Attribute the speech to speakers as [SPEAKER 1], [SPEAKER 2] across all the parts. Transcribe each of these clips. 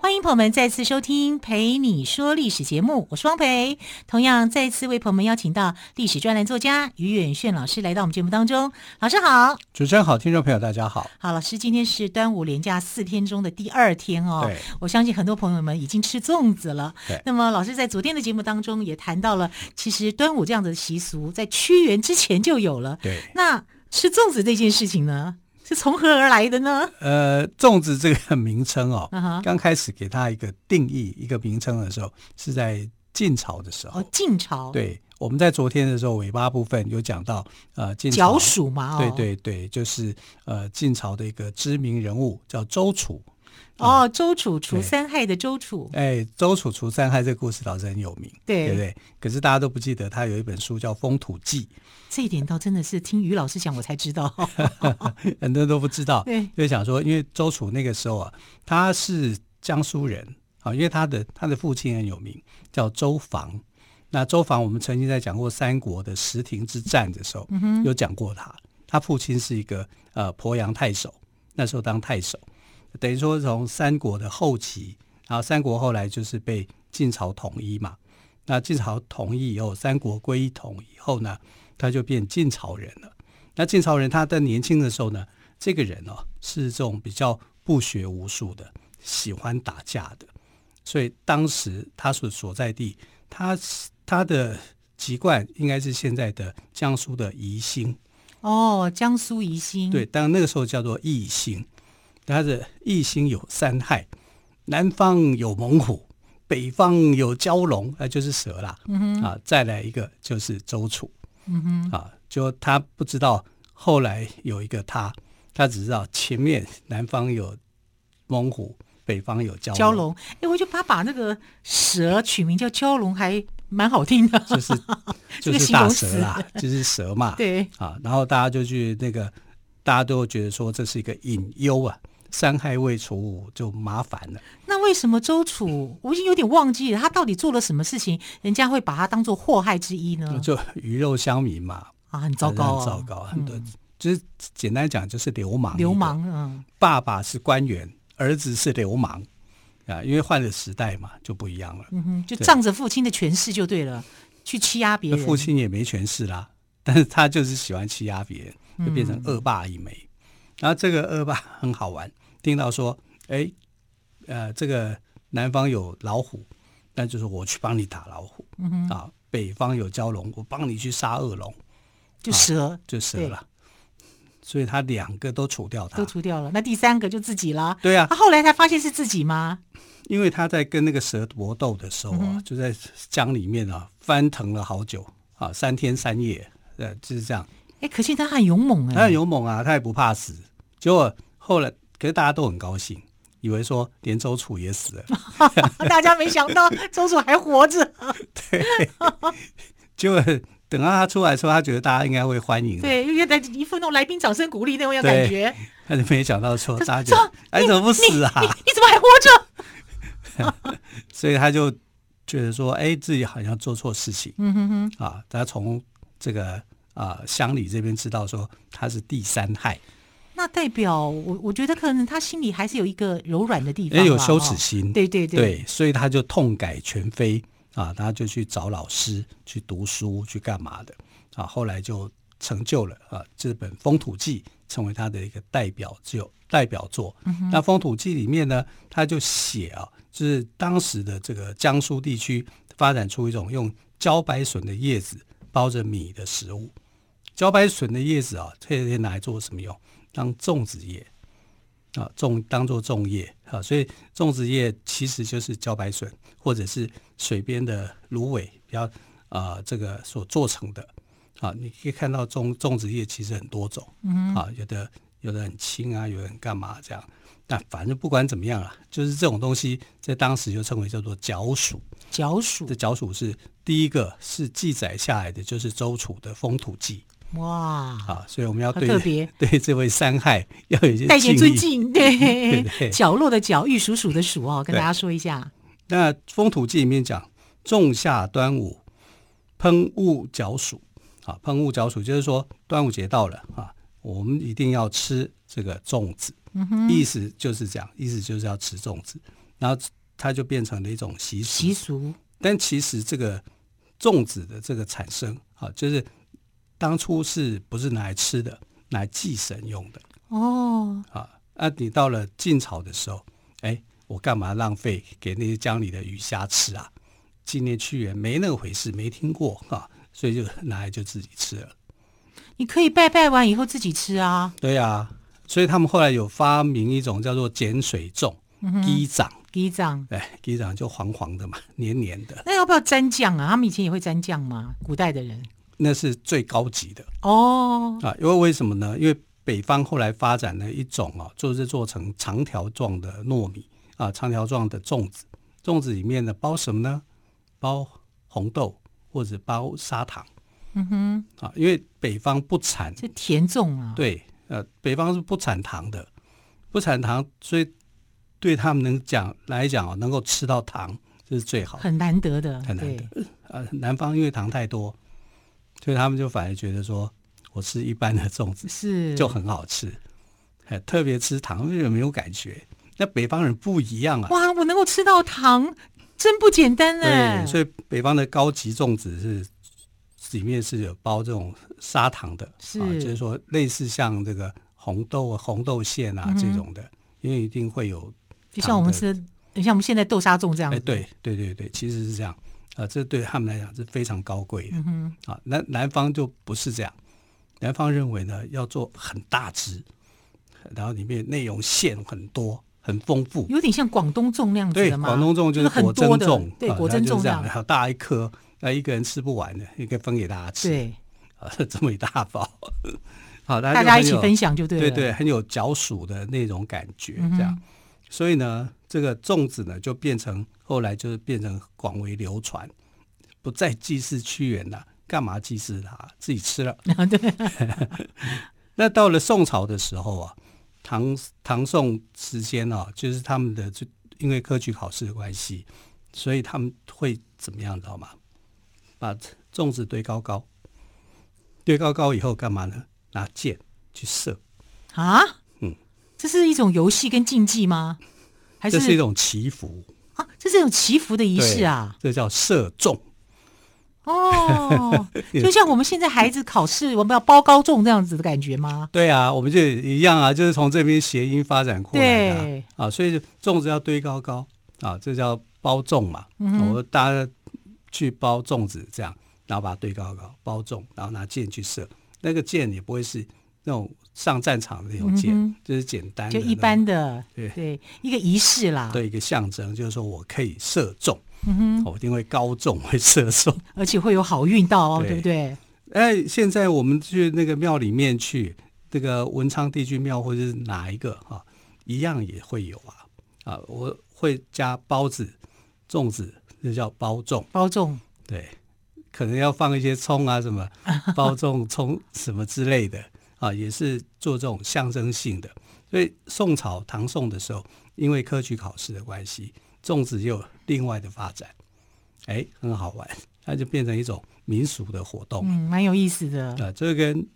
[SPEAKER 1] 欢迎朋友们再次收听《陪你说历史》节目，我是汪培。同样再次为朋友们邀请到历史专栏作家于远炫老师来到我们节目当中。老师好，
[SPEAKER 2] 主持人好，听众朋友大家好。
[SPEAKER 1] 好，老师，今天是端午连假四天中的第二天哦
[SPEAKER 2] 对。
[SPEAKER 1] 我相信很多朋友们已经吃粽子了
[SPEAKER 2] 对。
[SPEAKER 1] 那么，老师在昨天的节目当中也谈到了，其实端午这样的习俗在屈原之前就有了。
[SPEAKER 2] 对，
[SPEAKER 1] 那吃粽子这件事情呢，是从何而来的呢？
[SPEAKER 2] 呃，粽子这个名称哦
[SPEAKER 1] 嗯哼，
[SPEAKER 2] 刚开始给它一个定义、一个名称的时候，是在晋朝的时候
[SPEAKER 1] 哦，。晋朝
[SPEAKER 2] 对，我们在昨天的时候尾巴部分有讲到，呃，晋朝
[SPEAKER 1] 角。黍嘛，哦，
[SPEAKER 2] 对对对，就是呃，晋朝的一个知名人物叫周楚。
[SPEAKER 1] 哦，周楚除
[SPEAKER 2] 对
[SPEAKER 1] 三害的周楚，
[SPEAKER 2] 哎，周楚除三害这个故事倒是很有名，
[SPEAKER 1] 对
[SPEAKER 2] 对不对？可是大家都不记得他有一本书叫《风土记
[SPEAKER 1] 这一点倒真的是听于老师讲我才知道。》，
[SPEAKER 2] 很多人都不知道。
[SPEAKER 1] 对，
[SPEAKER 2] 就想说，因为周楚那个时候啊，他是江苏人啊，因为他的他的父亲很有名，叫周防。那周防，我们曾经在讲过三国的石亭之战的时候，有讲过他。他父亲是一个呃鄱阳太守，那时候当太守，等于说从三国的后期，然后三国后来就是被晋朝统一嘛。那晋朝统一以后，三国归一统以后呢，他就变晋朝人了。那晋朝人他在年轻的时候呢，这个人哦是这种比较不学无术的，喜欢打架的，所以当时他所所在地，他他的籍贯应该是现在的江苏的宜兴，
[SPEAKER 1] 哦，江苏宜兴，
[SPEAKER 2] 对，，当然那个时候叫做宜兴，他的宜兴有三害，南方有猛虎，北方有蛟龙，那就是蛇啦，啊，再来一个就是周楚，
[SPEAKER 1] 嗯哼，
[SPEAKER 2] 啊，就他不知道后来有一个他，他只知道前面南方有猛虎，北方有蛟
[SPEAKER 1] 蛟，龙，哎，我就把把那个蛇取名叫蛟龙，还蛮好听的。
[SPEAKER 2] 就是
[SPEAKER 1] 这
[SPEAKER 2] 就
[SPEAKER 1] 个
[SPEAKER 2] 是
[SPEAKER 1] 形容
[SPEAKER 2] 大
[SPEAKER 1] 词
[SPEAKER 2] 蛇啦，就是蛇嘛，
[SPEAKER 1] 对，
[SPEAKER 2] 啊，然后大家就去那个，大家都会觉得说这是一个隐忧啊，伤害未除就麻烦了。
[SPEAKER 1] 那为什么周楚，我已经有点忘记了他到底做了什么事情，人家会把他当做祸害之一呢？
[SPEAKER 2] 就鱼肉乡民嘛，
[SPEAKER 1] 啊，很嗯糟糕、啊，
[SPEAKER 2] 很糟糕，很多、就是简单讲就是流氓，
[SPEAKER 1] 流，氓，嗯，
[SPEAKER 2] 爸爸是官员，儿子是流氓。啊，因为换了时代嘛，就不一样了。
[SPEAKER 1] 嗯哼，就
[SPEAKER 2] 对
[SPEAKER 1] 仗着父亲的权势就对了，去欺压别
[SPEAKER 2] 那
[SPEAKER 1] 人。
[SPEAKER 2] 父亲也没权势啦， 但是他就是喜欢欺压别人，
[SPEAKER 1] 嗯
[SPEAKER 2] 就变成恶霸一枚。然后这个恶霸很好玩，听到说，哎，呃，这个南方有老虎，那就是我去帮你打老虎，嗯、啊，北方有蛟龙，我帮你去杀恶龙，
[SPEAKER 1] 就
[SPEAKER 2] 啊
[SPEAKER 1] 蛇
[SPEAKER 2] 就
[SPEAKER 1] 对
[SPEAKER 2] 蛇了。所以他两个都除掉他
[SPEAKER 1] 都，除掉了，那第三个就自己啦。
[SPEAKER 2] 啊对啊
[SPEAKER 1] 他、，后来才发现是自己吗？
[SPEAKER 2] 因为他在跟那个蛇搏斗的时候
[SPEAKER 1] 嗯
[SPEAKER 2] 啊，就在江里面啊翻腾了好久啊，三天三夜，呃，就是这样。
[SPEAKER 1] 哎，可见他很勇猛哎、
[SPEAKER 2] 他很勇猛啊，他也不怕死。结果后来，可是大家都很高兴，以为说连周楚也死 了。哎
[SPEAKER 1] 大家没想到周楚还活着。
[SPEAKER 2] 结果等到他出来的时候，他觉得大家应该会欢迎，，
[SPEAKER 1] 对，因为在一副那种来宾掌声鼓励那种感觉。
[SPEAKER 2] 他就没想到说
[SPEAKER 1] 他说
[SPEAKER 2] 大家觉得
[SPEAKER 1] 说
[SPEAKER 2] 哎 你怎么不死
[SPEAKER 1] 你
[SPEAKER 2] 啊？
[SPEAKER 1] 你怎么还活着？
[SPEAKER 2] 所以他就觉得说，哎，自己好像做错事情
[SPEAKER 1] 嗯哼哼，
[SPEAKER 2] 啊。他从这个啊乡里这边知道说他是第三害，
[SPEAKER 1] 那代表我我觉得可能他心里还是有一个柔软的地方
[SPEAKER 2] 也
[SPEAKER 1] 啦，
[SPEAKER 2] 哎有羞耻
[SPEAKER 1] 哦
[SPEAKER 2] 心，
[SPEAKER 1] 对对对，
[SPEAKER 2] 对，所以他就痛改全非啊，他就去找老师去读书去干嘛的啊，后来就成就了啊这本《风土记》成为他的一个代表作代表作。
[SPEAKER 1] 嗯
[SPEAKER 2] 那《风土记》里面呢，他就写啊，就是当时的这个江苏地区发展出一种用茭白笋的叶子包着米的食物。茭白笋的叶子啊，特别拿来做什么用？当粽子叶啊，种当做粽叶啊，所以粽子叶其实就是茭白笋或者是水边的芦苇比较啊、这个所做成的啊，你可以看到粽粽子叶其实很多种，
[SPEAKER 1] 嗯
[SPEAKER 2] 啊，有的有的很轻啊，有的很干嘛这样。那反正不管怎么样啊，就是这种东西在当时就称为叫做角黍。
[SPEAKER 1] 角黍
[SPEAKER 2] 这角黍是第一个是记载下来的，就是周楚的风土记。
[SPEAKER 1] 哇，
[SPEAKER 2] 啊，所以我们要
[SPEAKER 1] 好
[SPEAKER 2] 对
[SPEAKER 1] 特别
[SPEAKER 2] 对这位山害要有一些
[SPEAKER 1] 带点尊
[SPEAKER 2] 意。
[SPEAKER 1] 敬，对
[SPEAKER 2] 对对
[SPEAKER 1] 角落的角，玉鼠鼠的鼠哦，跟
[SPEAKER 2] 对嗯
[SPEAKER 1] 大家说一下，
[SPEAKER 2] 那《风土记》里面讲，仲夏端午，喷雾角黍啊，喷雾角黍就是说端午节到了啊，我们一定要吃这个粽子，意思就是这样，意思就是要吃粽子，然后它就变成了一种习俗
[SPEAKER 1] 习。俗
[SPEAKER 2] 但其实这个粽子的这个产生啊，就是当初是不是拿来吃的，拿来祭神用的
[SPEAKER 1] 哦，
[SPEAKER 2] 啊？那、你到了晋朝的时候，哎，我干嘛浪费给那些江里的鱼虾吃啊？纪念屈原没那回事，没听过啊，所以就拿来就自己吃了。
[SPEAKER 1] 你可以拜拜完以后自己吃啊，
[SPEAKER 2] 对啊，所以他们后来有发明一种叫做碱水粽，鸡掌，
[SPEAKER 1] 给掌。
[SPEAKER 2] 哎，鸡掌就黄黄的嘛，黏黏的，
[SPEAKER 1] 那要不要沾酱啊？他们以前也会沾酱吗？古代的人
[SPEAKER 2] 那是最高级的。
[SPEAKER 1] 哦，
[SPEAKER 2] 啊，因为为什么呢？因为北方后来发展了一种啊，就是做成长条状的糯米啊，长条状的粽子，粽子里面呢包什么呢？包红豆或者包砂糖
[SPEAKER 1] 嗯
[SPEAKER 2] 啊，因为北方不产
[SPEAKER 1] 哼，这甜粽啊，
[SPEAKER 2] 对，呃，北方是不产糖的，不产糖，所以对他们能讲来讲啊，能够吃到糖这是最好的。
[SPEAKER 1] 很难得的，
[SPEAKER 2] 很难
[SPEAKER 1] 对
[SPEAKER 2] 得，呃，南方因为糖太多，所以他们就反而觉得说我吃一般的粽子
[SPEAKER 1] 是
[SPEAKER 2] 就很好吃，哎，特别吃糖就没有感觉。那北方人不一样啊，
[SPEAKER 1] 哇，我能够吃到糖，真不简单哎
[SPEAKER 2] 对，。所以北方的高级粽子是里面是有包这种砂糖的，
[SPEAKER 1] 是
[SPEAKER 2] 啊，就是说类似像这个红豆啊、红豆馅
[SPEAKER 1] 嗯
[SPEAKER 2] 啊、这种的，因为一定会有，
[SPEAKER 1] 就像我们
[SPEAKER 2] 糖
[SPEAKER 1] 吃，就像我们现在豆沙粽这样
[SPEAKER 2] 哎，
[SPEAKER 1] 子，
[SPEAKER 2] 对对对对，其实是这样啊，这对他们来讲是非常高贵的
[SPEAKER 1] 嗯哼，
[SPEAKER 2] 啊。南南方就不是这样，南方认为呢要做很大只，然后里面内容馅很多，很丰富，
[SPEAKER 1] 有点像广东粽那样子
[SPEAKER 2] 对，
[SPEAKER 1] 的嘛。
[SPEAKER 2] 广东粽就是
[SPEAKER 1] 是很
[SPEAKER 2] 果珍
[SPEAKER 1] 多的
[SPEAKER 2] 粽，
[SPEAKER 1] 对
[SPEAKER 2] 啊
[SPEAKER 1] 果
[SPEAKER 2] 它
[SPEAKER 1] 珍
[SPEAKER 2] 就是
[SPEAKER 1] 粽
[SPEAKER 2] 这
[SPEAKER 1] 那
[SPEAKER 2] 样，
[SPEAKER 1] 样，
[SPEAKER 2] 好大一颗，那一个人吃不完的，应该分给大家吃，，
[SPEAKER 1] 对，
[SPEAKER 2] 啊，这么一大包， 好，大
[SPEAKER 1] 大
[SPEAKER 2] 家
[SPEAKER 1] 家一
[SPEAKER 2] 就
[SPEAKER 1] 起
[SPEAKER 2] 很有
[SPEAKER 1] 分享就对了。
[SPEAKER 2] 对对，很有嚼鼠的那种感觉，
[SPEAKER 1] 嗯哼
[SPEAKER 2] 这样，所以呢，这个粽子呢就变成后来就是变成广为流传，不再祭祀屈原了，干嘛祭祀他？自己吃了。
[SPEAKER 1] 啊对
[SPEAKER 2] 那到了宋朝的时候啊，唐唐宋时间啊，就是他们的就因为科举考试的关系，所以他们会怎么样，你知道吗？把粽子堆高高，堆高高以后干嘛呢？拿箭去射，
[SPEAKER 1] 啊，
[SPEAKER 2] 嗯
[SPEAKER 1] 这是一种游戏跟竞技吗？还
[SPEAKER 2] 这
[SPEAKER 1] 是
[SPEAKER 2] 是一种祈福
[SPEAKER 1] 啊，这是一种祈福的仪式
[SPEAKER 2] 对
[SPEAKER 1] 啊。
[SPEAKER 2] 这叫射中。
[SPEAKER 1] 哦，就像我们现在孩子考试，我们要包高中这样子的感觉吗？
[SPEAKER 2] 对啊，我们就一样啊，就是从这边谐音发展过来的
[SPEAKER 1] 对
[SPEAKER 2] 啊啊，所以粽子要堆高高啊，这叫包粽嘛。
[SPEAKER 1] 嗯哼
[SPEAKER 2] 我们大家去包粽子这样，然后把它堆高高包粽，然后拿箭去射，那个箭也不会是那种上战场的那种箭，
[SPEAKER 1] 嗯
[SPEAKER 2] 就是简单的
[SPEAKER 1] 就
[SPEAKER 2] 那种
[SPEAKER 1] 一般的，
[SPEAKER 2] 对
[SPEAKER 1] 一个仪式啦。，
[SPEAKER 2] 的一个象征，就是说我可以射中，
[SPEAKER 1] 嗯哼，
[SPEAKER 2] 我一定会高中会射 中。
[SPEAKER 1] 而且会有好运到哦，
[SPEAKER 2] 对
[SPEAKER 1] 对不对？
[SPEAKER 2] 哎，现在我们去那个庙里面去，这个文昌帝君庙或者是哪一个哈、一样也会有啊啊，我会加包子、粽子，这叫包粽，
[SPEAKER 1] 包粽
[SPEAKER 2] 对，可能要放一些葱啊什么包粽、葱什么之类的啊，也是做这种象征性的。所以宋朝、唐宋的时候，因为科举考试的关系，粽子又有另外的发展，哎，很好玩，它就变成一种民俗的活动。
[SPEAKER 1] 嗯，蛮有意思的，
[SPEAKER 2] 啊，这个跟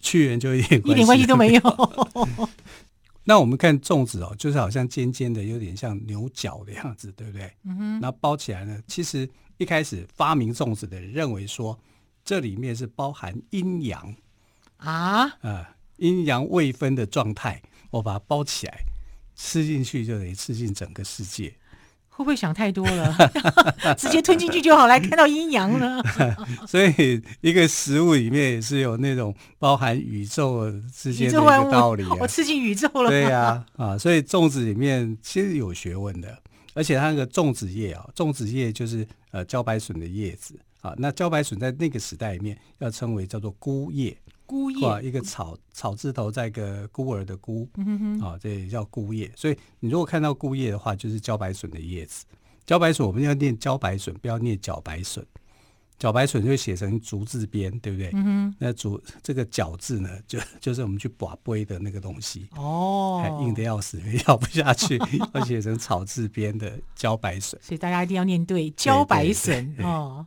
[SPEAKER 2] 屈原就一点
[SPEAKER 1] 一点关系都没有。
[SPEAKER 2] 那我们看粽子哦，就是好像尖尖的，有点像牛角的样子，对不对？嗯哼。然后包起来呢，其实一开始发明粽子的人认为说，这里面是包含阴阳
[SPEAKER 1] 啊，
[SPEAKER 2] 啊、呃阴阳未分的状态，我把它包起来，吃进去就等于吃进整个世界。
[SPEAKER 1] 会不会想太多了？ 直接吞进去就好，来看到阴阳了。
[SPEAKER 2] 嗯
[SPEAKER 1] 哦
[SPEAKER 2] 所以一个食物里面也是有那种包含宇宙之
[SPEAKER 1] 宇
[SPEAKER 2] 间的
[SPEAKER 1] 宙
[SPEAKER 2] 一
[SPEAKER 1] 万物
[SPEAKER 2] 个道理、啊，
[SPEAKER 1] 我吃进宇宙了。
[SPEAKER 2] 对 呀、啊，所以粽子里面其实有学问的，而且它那个粽子叶啊，粽子叶就是呃茭白笋的叶子啊。那茭白笋在那个时代里面要称为叫做菇叶，
[SPEAKER 1] 菇叶，
[SPEAKER 2] 啊，一个草草字头再一个孤儿的孤
[SPEAKER 1] 嗯哼哼，
[SPEAKER 2] 啊，这也叫菇叶。所以你如果看到菇叶的话，就是茭白笋的叶子。茭白笋我们要念茭白笋，不要念茭白笋茭白笋就写成竹字边，对不对？
[SPEAKER 1] 嗯
[SPEAKER 2] 那竹这个角字呢，就就是我们去把杯的那个东西，
[SPEAKER 1] 哼，
[SPEAKER 2] 还
[SPEAKER 1] 哦，
[SPEAKER 2] 硬的要死， 咬不下去，要写成草字边的茭白笋。
[SPEAKER 1] 所以大家一定要念对，茭白
[SPEAKER 2] 对
[SPEAKER 1] 笋
[SPEAKER 2] 对
[SPEAKER 1] 哦。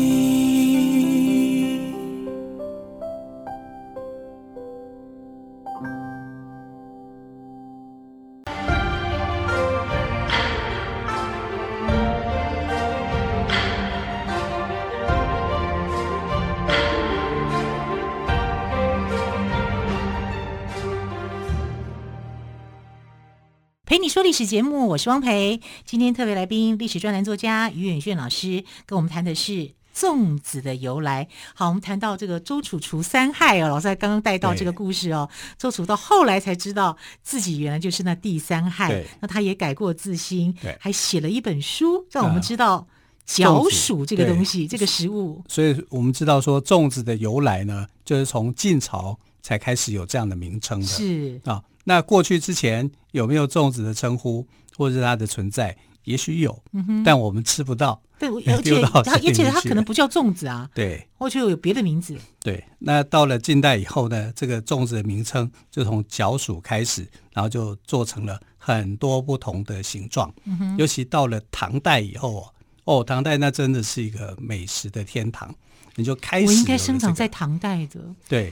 [SPEAKER 1] 陪你说历史节目，我是汪培。今天特别来宾，历史专栏作家于远炫老师跟我们谈的是粽子的由来。好，我们谈到这个周楚除三害哦，老师还刚刚带到
[SPEAKER 2] 对
[SPEAKER 1] 这个故事哦。周楚到后来才知道自己原来就是那第三害
[SPEAKER 2] 对，
[SPEAKER 1] 那他也改过自新
[SPEAKER 2] 对，
[SPEAKER 1] 还写了一本书，让我们
[SPEAKER 2] 啊
[SPEAKER 1] 知道
[SPEAKER 2] 粽
[SPEAKER 1] 角
[SPEAKER 2] 子
[SPEAKER 1] 黍这个
[SPEAKER 2] 对
[SPEAKER 1] 东西，这个食物。
[SPEAKER 2] 所以我们知道说，粽子的由来呢，就是从晋朝才开始有这样的名称的。
[SPEAKER 1] 是
[SPEAKER 2] 啊，那过去之前有没有粽子的称呼，或者是它的存在？也许有，
[SPEAKER 1] 嗯
[SPEAKER 2] 但我们吃不到。
[SPEAKER 1] 对， 我而且
[SPEAKER 2] 丢到
[SPEAKER 1] 它，而
[SPEAKER 2] 水
[SPEAKER 1] 且
[SPEAKER 2] 里
[SPEAKER 1] 它
[SPEAKER 2] 去
[SPEAKER 1] 可能
[SPEAKER 2] 了
[SPEAKER 1] 不叫粽子啊，
[SPEAKER 2] 对
[SPEAKER 1] 或者有别的名字。
[SPEAKER 2] 对，那到了近代以后呢，这个粽子的名称就从角黍开始，然后就做成了很多不同的形状。
[SPEAKER 1] 嗯
[SPEAKER 2] 尤其到了唐代以后哦，哦，唐代那真的是一个美食的天堂，你就开始
[SPEAKER 1] 我应该
[SPEAKER 2] 哎有了
[SPEAKER 1] 生
[SPEAKER 2] 这
[SPEAKER 1] 长
[SPEAKER 2] 个
[SPEAKER 1] 在唐代的，
[SPEAKER 2] 对，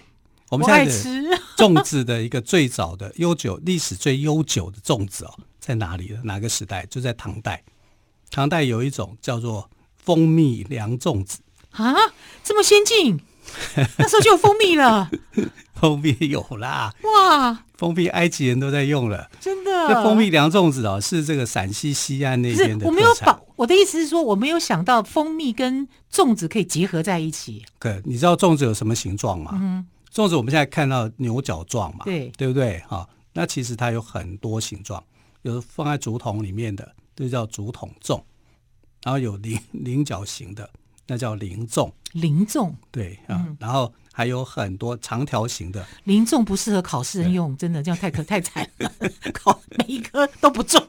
[SPEAKER 2] 我
[SPEAKER 1] 我
[SPEAKER 2] 们
[SPEAKER 1] 爱
[SPEAKER 2] 现在的
[SPEAKER 1] 吃。
[SPEAKER 2] 粽子的一个最早的悠久历史最悠久的粽子哦，在哪里呢？哪个时代？就在唐代。唐代有一种叫做蜂蜜凉粽子，
[SPEAKER 1] 啊，这么先 进，那时候就有蜂蜜了，
[SPEAKER 2] 蜂蜜有啦，
[SPEAKER 1] 哇，
[SPEAKER 2] 蜂蜜埃及人都在用了。
[SPEAKER 1] 真的。
[SPEAKER 2] 这蜂蜜凉粽子哦，是这个陕西西安那
[SPEAKER 1] 不
[SPEAKER 2] 边
[SPEAKER 1] 呃是
[SPEAKER 2] 的
[SPEAKER 1] 我没有
[SPEAKER 2] 特产
[SPEAKER 1] 把。我的意思是说，我没有想到蜂蜜跟粽子可以结合在一起。
[SPEAKER 2] 可你知道粽子有什么形状吗？粽子我们现在看到牛角状嘛，
[SPEAKER 1] 嗯对
[SPEAKER 2] 对不对？哈、那其实它有很多形状，有放在竹筒里面的，就叫竹筒粽，然后有菱 菱角形的，那叫菱粽，
[SPEAKER 1] 零粽，
[SPEAKER 2] 对啊、
[SPEAKER 1] 嗯
[SPEAKER 2] 然后还有很多长条形的，
[SPEAKER 1] 零粽不适合考试人用，真的这样太可太惨了， 考每一科都不 中，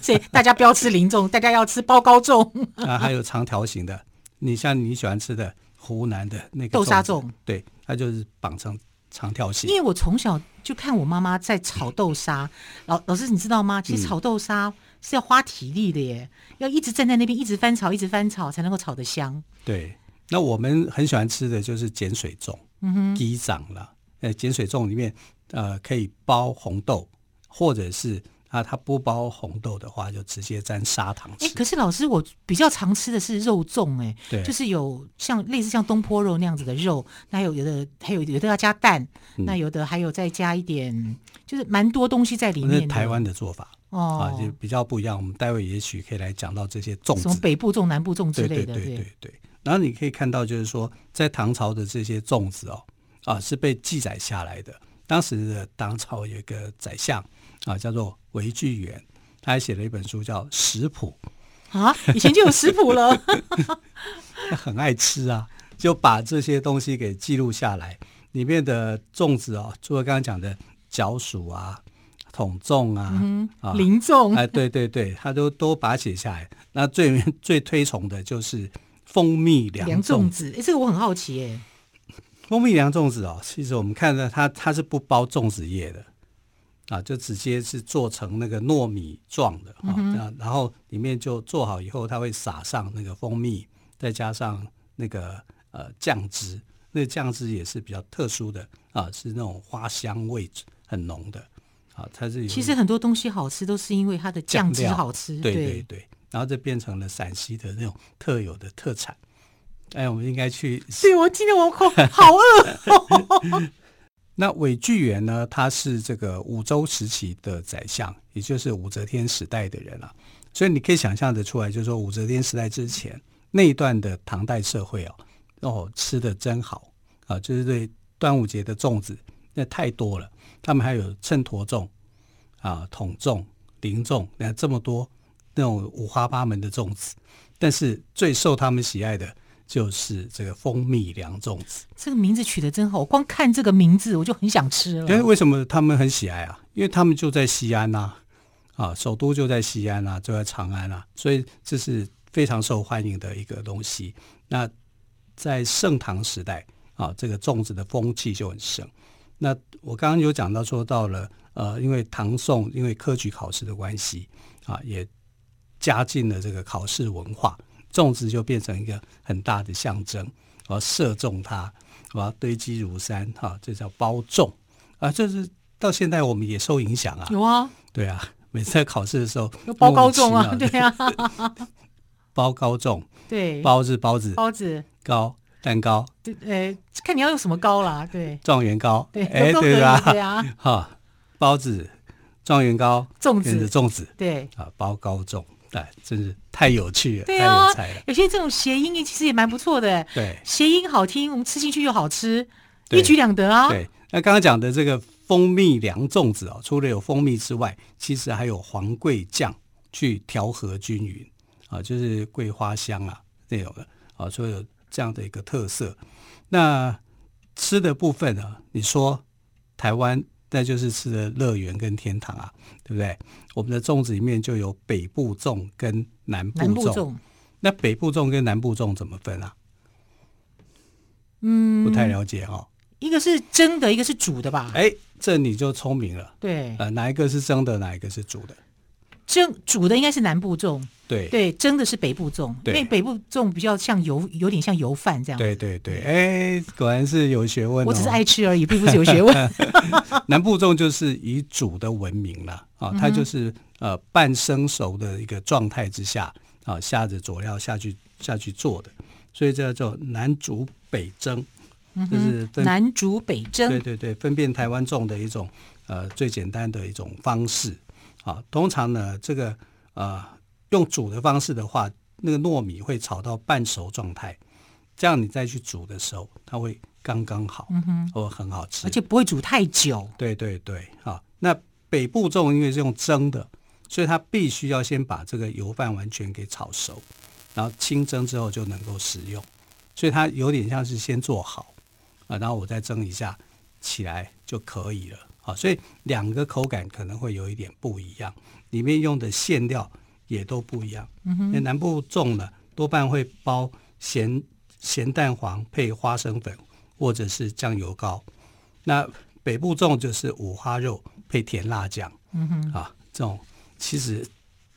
[SPEAKER 1] 所以大家不要吃零粽，大家要吃包糕粽。
[SPEAKER 2] 啊，还有长条形的。 你像你喜欢吃的湖南的那个
[SPEAKER 1] 豆沙
[SPEAKER 2] 子
[SPEAKER 1] 粽，
[SPEAKER 2] 对，它就是绑成长条形
[SPEAKER 1] 因。为我从小就看我妈妈在炒豆沙，老老师你知道吗？
[SPEAKER 2] 嗯
[SPEAKER 1] 其实炒豆沙是要花体力的耶，要一直站在那边一直翻炒，一直翻炒才能够炒得香。
[SPEAKER 2] 对，那我们很喜欢吃的就是碱水粽，嗯哼，鸡掌啦，呃，碱水粽里面呃可以包红豆，或者是啊，它不包红豆的话，就直接沾砂糖
[SPEAKER 1] 哎、
[SPEAKER 2] 吃。
[SPEAKER 1] 可是老师，我比较常吃的是肉粽、诶，哎，
[SPEAKER 2] 对
[SPEAKER 1] 就是有像类似像东坡肉那样子的肉，那有有的还有有的要加蛋，
[SPEAKER 2] 嗯
[SPEAKER 1] 那有的还有再加一点，就是蛮多东西在里
[SPEAKER 2] 那
[SPEAKER 1] 面
[SPEAKER 2] 是
[SPEAKER 1] 的。
[SPEAKER 2] 台湾的做法、啊
[SPEAKER 1] 哦，，
[SPEAKER 2] 就比较不一样。我们待会也许可以来讲到这些粽
[SPEAKER 1] 什么
[SPEAKER 2] 子，
[SPEAKER 1] 北部粽、南部粽之
[SPEAKER 2] 对
[SPEAKER 1] 类
[SPEAKER 2] 对
[SPEAKER 1] 的，
[SPEAKER 2] 对对对。然后你可以看到，就是说，在唐朝的这些粽子哦，啊是被记载下来的。当时的唐朝有一个宰相啊，叫做韦巨源，他还写了一本书叫《食谱》，
[SPEAKER 1] 啊，以前就有食谱了。
[SPEAKER 2] 很爱吃啊，就把这些东西给记录下来。里面的粽子哦，除了刚刚讲的角黍啊、筒粽啊、
[SPEAKER 1] 嗯
[SPEAKER 2] 啊，
[SPEAKER 1] 零粽、
[SPEAKER 2] 哎，对对对，他都都把它写下来。那最最推崇的就是蜂蜜凉
[SPEAKER 1] 凉粽
[SPEAKER 2] 粽。
[SPEAKER 1] 子，哎、这个我很好奇、诶。
[SPEAKER 2] 蜂蜜凉粽子哦，其实我们看到它它是不包粽子叶的啊，就直接是做成那个糯米状的
[SPEAKER 1] 嗯
[SPEAKER 2] 啊，那、然后里面就做好以后，它会撒上那个蜂蜜，再加上那个呃酱汁，那个酱汁也是比较特殊的啊，是那种花香味很浓的啊，它是有
[SPEAKER 1] 其实很多东西好吃都是因为它的酱汁
[SPEAKER 2] 料
[SPEAKER 1] 好吃，
[SPEAKER 2] 对对对，然后这变成了陕西的那种特有的特产。哎，我们应该去
[SPEAKER 1] 对我今天我口好饿，
[SPEAKER 2] 那韦巨源呢，他是这个武周时期的宰相，也就是武则天时代的人啊。所以你可以想象得出来，就是说武则天时代之前那一段的唐代社会哦，哦，吃的真好啊！就是对端午节的粽子，那太多了。他们还有秤砣粽啊、筒粽、菱粽，那这么多那种五花八门的粽子。但是最受他们喜爱的就是这个蜂蜜凉粽子。
[SPEAKER 1] 这个名字取得真好，我光看这个名字我就很想吃
[SPEAKER 2] 但是
[SPEAKER 1] 了。
[SPEAKER 2] 哎为什么他们很喜爱啊？因为他们就在西安呐、啊，首都就在西安啊，就在长安啊，所以这是非常受欢迎的一个东西。那在盛唐时代啊，这个粽子的风气就很盛。那我刚刚有讲到说，到了呃，因为唐宋因为科举考试的关系啊，也加进了这个考试文化，粽子就变成一个很大的象征。我要射中它，我要堆积如山，哈、这叫包粽啊。这是到现在我们也受影响啊，
[SPEAKER 1] 有啊，
[SPEAKER 2] 对啊，每次在考试的时候
[SPEAKER 1] 有 包高粽
[SPEAKER 2] 莫
[SPEAKER 1] 啊，
[SPEAKER 2] 名其
[SPEAKER 1] 对
[SPEAKER 2] 妙
[SPEAKER 1] 啊，
[SPEAKER 2] 包高粽，
[SPEAKER 1] 对，
[SPEAKER 2] 包是包子，
[SPEAKER 1] 包子，
[SPEAKER 2] 糕蛋糕，
[SPEAKER 1] 对，呃，看你要用什么糕啦，对，
[SPEAKER 2] 状元糕，
[SPEAKER 1] 对，
[SPEAKER 2] 哎，
[SPEAKER 1] 都可以，
[SPEAKER 2] 对
[SPEAKER 1] 对
[SPEAKER 2] 吧？
[SPEAKER 1] 啊，
[SPEAKER 2] 哈，包子、状元糕、
[SPEAKER 1] 粽
[SPEAKER 2] 跟着
[SPEAKER 1] 子，
[SPEAKER 2] 粽子
[SPEAKER 1] 对。
[SPEAKER 2] 啊，包高粽，哎，真是太有趣了，
[SPEAKER 1] 对
[SPEAKER 2] 太
[SPEAKER 1] 啊
[SPEAKER 2] 有才了，
[SPEAKER 1] 有些这种谐音其实也蛮不错的，
[SPEAKER 2] 对。
[SPEAKER 1] 谐音好听，我们吃进去又好吃，
[SPEAKER 2] 对
[SPEAKER 1] 一举两得啊。
[SPEAKER 2] 对，那刚刚讲的这个蜂蜜凉粽子哦，除了有蜂蜜之外，其实还有黄桂酱去调和均匀啊，就是桂花香啊这种的啊，所以有这样的一个特色。那吃的部分呢、你说台湾那就是吃的乐园跟天堂啊，对不对？我们的粽子里面就有北部粽跟南部
[SPEAKER 1] 南部
[SPEAKER 2] 粽，
[SPEAKER 1] 粽，
[SPEAKER 2] 那北部粽跟南部粽怎么分啊？嗯，不太了解哦。
[SPEAKER 1] 一个是蒸的，一个是煮的吧？
[SPEAKER 2] 哎，这你就聪明了。
[SPEAKER 1] 对，
[SPEAKER 2] 呃，哪一个是蒸的，哪一个是煮的？
[SPEAKER 1] 蒸煮的应该是南部粽，
[SPEAKER 2] 对
[SPEAKER 1] 对，蒸的是北部粽，因
[SPEAKER 2] 对
[SPEAKER 1] 为北部粽比较像油，有点像油饭这样。
[SPEAKER 2] 对对对，哎，果然是有学问、哦。
[SPEAKER 1] 我只是爱吃而已，并不是有学问。
[SPEAKER 2] 南部粽就是以煮的闻名了
[SPEAKER 1] 嗯
[SPEAKER 2] 啊，它就是呃半生熟的一个状态之下啊，下着佐料下去下去做的，所以这叫做南煮北蒸，
[SPEAKER 1] 嗯
[SPEAKER 2] 这是分
[SPEAKER 1] 南煮北
[SPEAKER 2] 对
[SPEAKER 1] 蒸，
[SPEAKER 2] 对对，分辨台湾粽的一种呃最简单的一种方式啊。通常呢，这个呃用煮的方式的话，那个糯米会炒到半熟状态，这样你再去煮的时候，它会刚刚好，嗯哼，或很好吃
[SPEAKER 1] 而。且不会煮太久。
[SPEAKER 2] 对对对，啊，那北部粽因为是用蒸的，所以它必须要先把这个油饭完全给炒熟，然后清蒸之后就能够食用，所以它有点像是先做好啊，然后我再蒸一下起来就可以了啊，所以两个口感可能会有一点不一样，里面用的馅料也都不一样。
[SPEAKER 1] 嗯
[SPEAKER 2] 那南部粽呢，多半会包咸咸蛋黄配花生粉或者是酱油膏。那北部粽就是五花肉配甜辣酱，嗯哼，啊，这种其实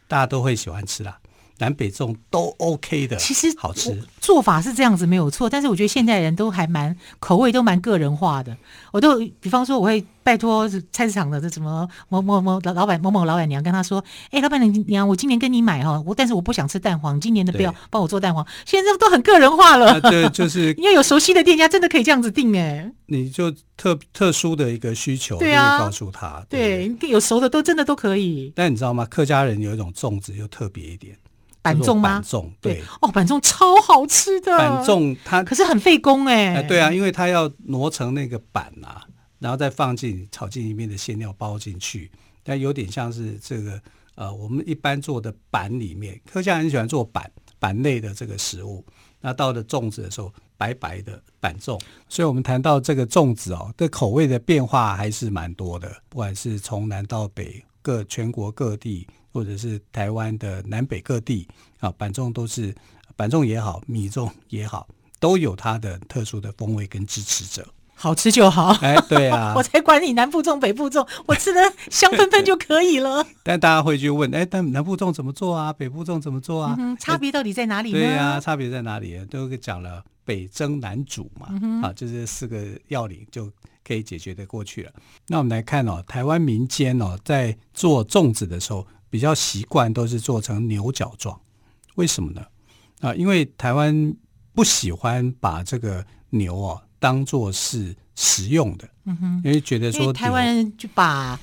[SPEAKER 2] 大家都会喜欢吃啦。南北粽都 OK 的，
[SPEAKER 1] 其实
[SPEAKER 2] 好吃
[SPEAKER 1] 我。做法是这样子没有错，但是我觉得现代人都还蛮口味都蛮个人化的。我都有比方说，我会拜托菜市场的这什么某某某老老板某某老板娘，跟他说：“哎、老板娘，我今年跟你买哈，我但是我不想吃蛋黄，今年的不要
[SPEAKER 2] 对
[SPEAKER 1] 帮我做蛋黄。”现在都很个人 化了
[SPEAKER 2] 那，这就是
[SPEAKER 1] 你要有熟悉的店家，真的可以这样子定哎、
[SPEAKER 2] 你就特特殊的一个需求，
[SPEAKER 1] 对啊
[SPEAKER 2] 就会告诉他。对不对
[SPEAKER 1] 对，有熟的都真的都可以。
[SPEAKER 2] 但你知道吗？客家人有一种粽子又特别一点，
[SPEAKER 1] 板
[SPEAKER 2] 叫做
[SPEAKER 1] 粽吗
[SPEAKER 2] 板？粽，对，
[SPEAKER 1] 哦，板粽超好吃的。
[SPEAKER 2] 板粽它
[SPEAKER 1] 可是很费工哎、
[SPEAKER 2] 哎，对啊，因为它要磨成那个板啊，然后再放进炒进里面的馅料包进去，但有点像是这个呃，我们一般做的板里面，客家人喜欢做板板类的这个食物。那到了粽子的时候，白白的板粽，所以我们谈到这个粽子哦，这口味的变化还是蛮多的，不管是从南到北，各全国各地，或者是台湾的南北各地啊，板粽都是板粽也好，米粽也好，都有它的特殊的风味跟支持者。
[SPEAKER 1] 好吃就好。
[SPEAKER 2] 哎，对啊
[SPEAKER 1] 我，才管你南部粽北部 粽，我吃的香喷喷就可以了。
[SPEAKER 2] 但大家会去问，哎，但南部粽怎么做啊？北部粽怎么做啊？
[SPEAKER 1] 嗯，差别到底在哪里呢？
[SPEAKER 2] 对呀、差别在哪里？都讲了北蒸南煮嘛，
[SPEAKER 1] 嗯
[SPEAKER 2] 啊，就这四个要领就可以解决的过去了。那我们来看哦，台湾民间哦，在做粽子的时候，比较习惯都是做成牛角状，为什么呢？啊，因为台湾不喜欢把这个牛哦当做是食用的，嗯哼，因为觉得
[SPEAKER 1] 因
[SPEAKER 2] 说
[SPEAKER 1] 为台
[SPEAKER 2] 牛
[SPEAKER 1] 湾人就把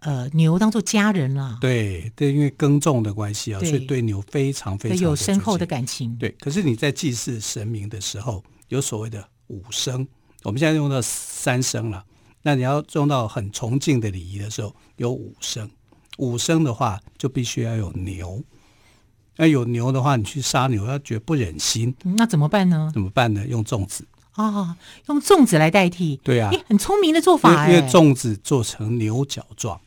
[SPEAKER 1] 呃牛当做家人啦，
[SPEAKER 2] 对对，因为耕种的关系啊，
[SPEAKER 1] 对
[SPEAKER 2] 所以对牛非常非常
[SPEAKER 1] 有
[SPEAKER 2] 地
[SPEAKER 1] 深厚
[SPEAKER 2] 尊敬
[SPEAKER 1] 的感情。
[SPEAKER 2] 对，可是你在祭祀神明的时候，有所谓的五声，我们现在用到三声了。那你要用到很崇敬的礼仪的时候，有五声。五声的话，就必须要有牛。那有牛的话，你去杀牛，他觉得不忍心，
[SPEAKER 1] 嗯那怎么办呢？
[SPEAKER 2] 怎么办呢？用粽子。
[SPEAKER 1] 哦，用粽子来代替，
[SPEAKER 2] 对啊，
[SPEAKER 1] 哎，很聪明的做
[SPEAKER 2] 因
[SPEAKER 1] 法哎，
[SPEAKER 2] 为因为粽子做成牛角状，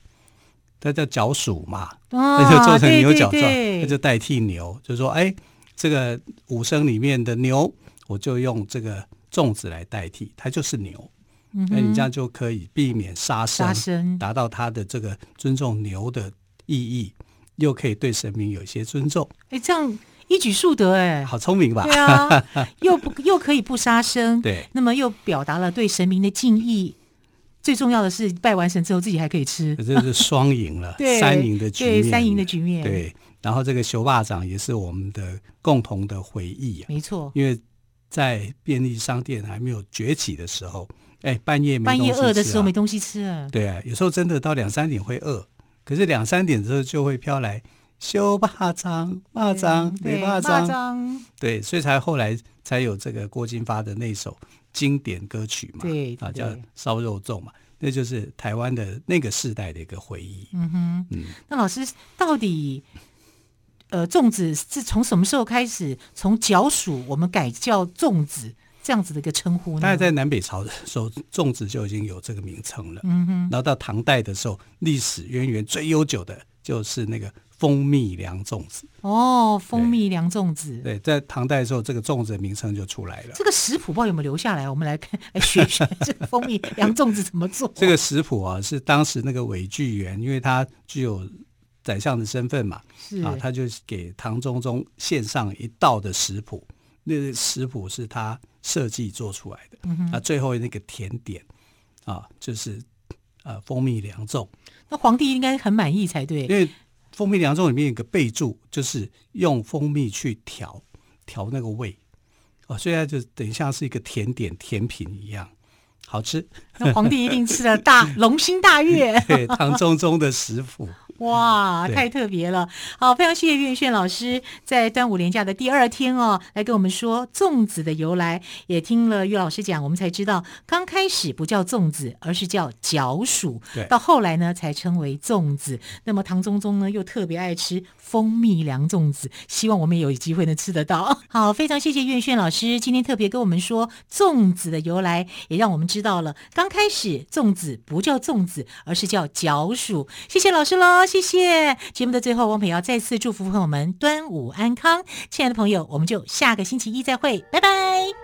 [SPEAKER 2] 它叫角薯嘛，那
[SPEAKER 1] 啊，
[SPEAKER 2] 就做成牛角
[SPEAKER 1] 对
[SPEAKER 2] 状，
[SPEAKER 1] 对
[SPEAKER 2] 那就代替牛，就说哎，这个五声里面的牛，我就用这个粽子来代替，它就是牛。那你这样就可以避免杀
[SPEAKER 1] 嗯
[SPEAKER 2] 生，
[SPEAKER 1] 杀生
[SPEAKER 2] 达到它的这个尊重牛的意义，又可以对神明有一些尊重，
[SPEAKER 1] 哎，这样一举数得哎，
[SPEAKER 2] 好聪明吧？
[SPEAKER 1] 对 啊，又不又可以不杀生，
[SPEAKER 2] 对
[SPEAKER 1] 那么又表达了对神明的敬意。最重要的是，拜完神之后自己还可以吃，
[SPEAKER 2] 这是双赢了
[SPEAKER 1] 对，
[SPEAKER 2] 三赢的局面，
[SPEAKER 1] 对，三赢的局面，，
[SPEAKER 2] 对，然后这个熊霸掌也是我们的共同的回忆啊，
[SPEAKER 1] 没错。
[SPEAKER 2] 因为在便利商店还没有崛起的时候，哎，半夜没
[SPEAKER 1] 半夜
[SPEAKER 2] 东西
[SPEAKER 1] 饿的
[SPEAKER 2] 吃
[SPEAKER 1] 时候
[SPEAKER 2] 啊
[SPEAKER 1] 没东西吃了，
[SPEAKER 2] 对啊，有时候真的到两三点会饿，可是两三点之后就会飘来修霸掌、霸掌、
[SPEAKER 1] 对
[SPEAKER 2] 美霸
[SPEAKER 1] 蚂
[SPEAKER 2] 掌，
[SPEAKER 1] 蚱
[SPEAKER 2] 对，所以才后来才有这个郭金发的那首经典歌曲嘛，
[SPEAKER 1] 对
[SPEAKER 2] 啊，
[SPEAKER 1] 对
[SPEAKER 2] 叫烧肉粽嘛，那就是台湾的那个世代的一个回忆。
[SPEAKER 1] 嗯哼，那老师到底呃粽子是从什么时候开始从角薯我们改叫粽子这样子的一个称呼呢？
[SPEAKER 2] 大概在南北朝的时候，粽子就已经有这个名称了。
[SPEAKER 1] 嗯哼，
[SPEAKER 2] 然后到唐代的时候，历史渊源最悠久的就是那个蜂蜜凉粽子。
[SPEAKER 1] 哦，蜂蜜凉粽子。
[SPEAKER 2] 对，在唐代的时候，这个粽子的名称就出来了。
[SPEAKER 1] 这个食谱不知道有没有留下来，我们来 看来学学这个蜂蜜凉粽子怎么做。
[SPEAKER 2] 这个食谱啊，是当时那个韦巨源，因为他具有宰相的身份嘛，
[SPEAKER 1] 是
[SPEAKER 2] 啊，他就给唐中宗献上一道的食谱。那个食谱是他设计做出来的。嗯、那最后那个甜点啊，就是呃蜂蜜凉粽。
[SPEAKER 1] 那皇帝应该很满意才对
[SPEAKER 2] 因。为蜂蜜凉粽里面有个备注，就是用蜂蜜去调调那个味，哦，所以它就等于像是一个甜点甜品一样，好吃。
[SPEAKER 1] 那皇帝一定吃了大龙心大悦，
[SPEAKER 2] 对，唐中宗的食谱，
[SPEAKER 1] 哇，
[SPEAKER 2] 对
[SPEAKER 1] 太特别了！好，非常谢谢岳炫老师在端午连假的第二天哦，来跟我们说粽子的由来，也听了岳老师讲，我们才知道刚开始不叫粽子，而是叫角薯
[SPEAKER 2] 对，
[SPEAKER 1] 到后来呢才称为粽子。那么唐中宗呢又特别爱吃蜂蜜凉粽子，希望我们也有机会能吃得到。 好，非常谢谢岳炫老师今天特别跟我们说粽子的由来，也让我们知道了刚开始粽子不叫粽子，而是叫角薯。谢谢老师喽，谢谢。节目的最后，汪培要再次祝福朋友们端午安康。亲爱的朋友，我们就下个星期一再会，拜拜。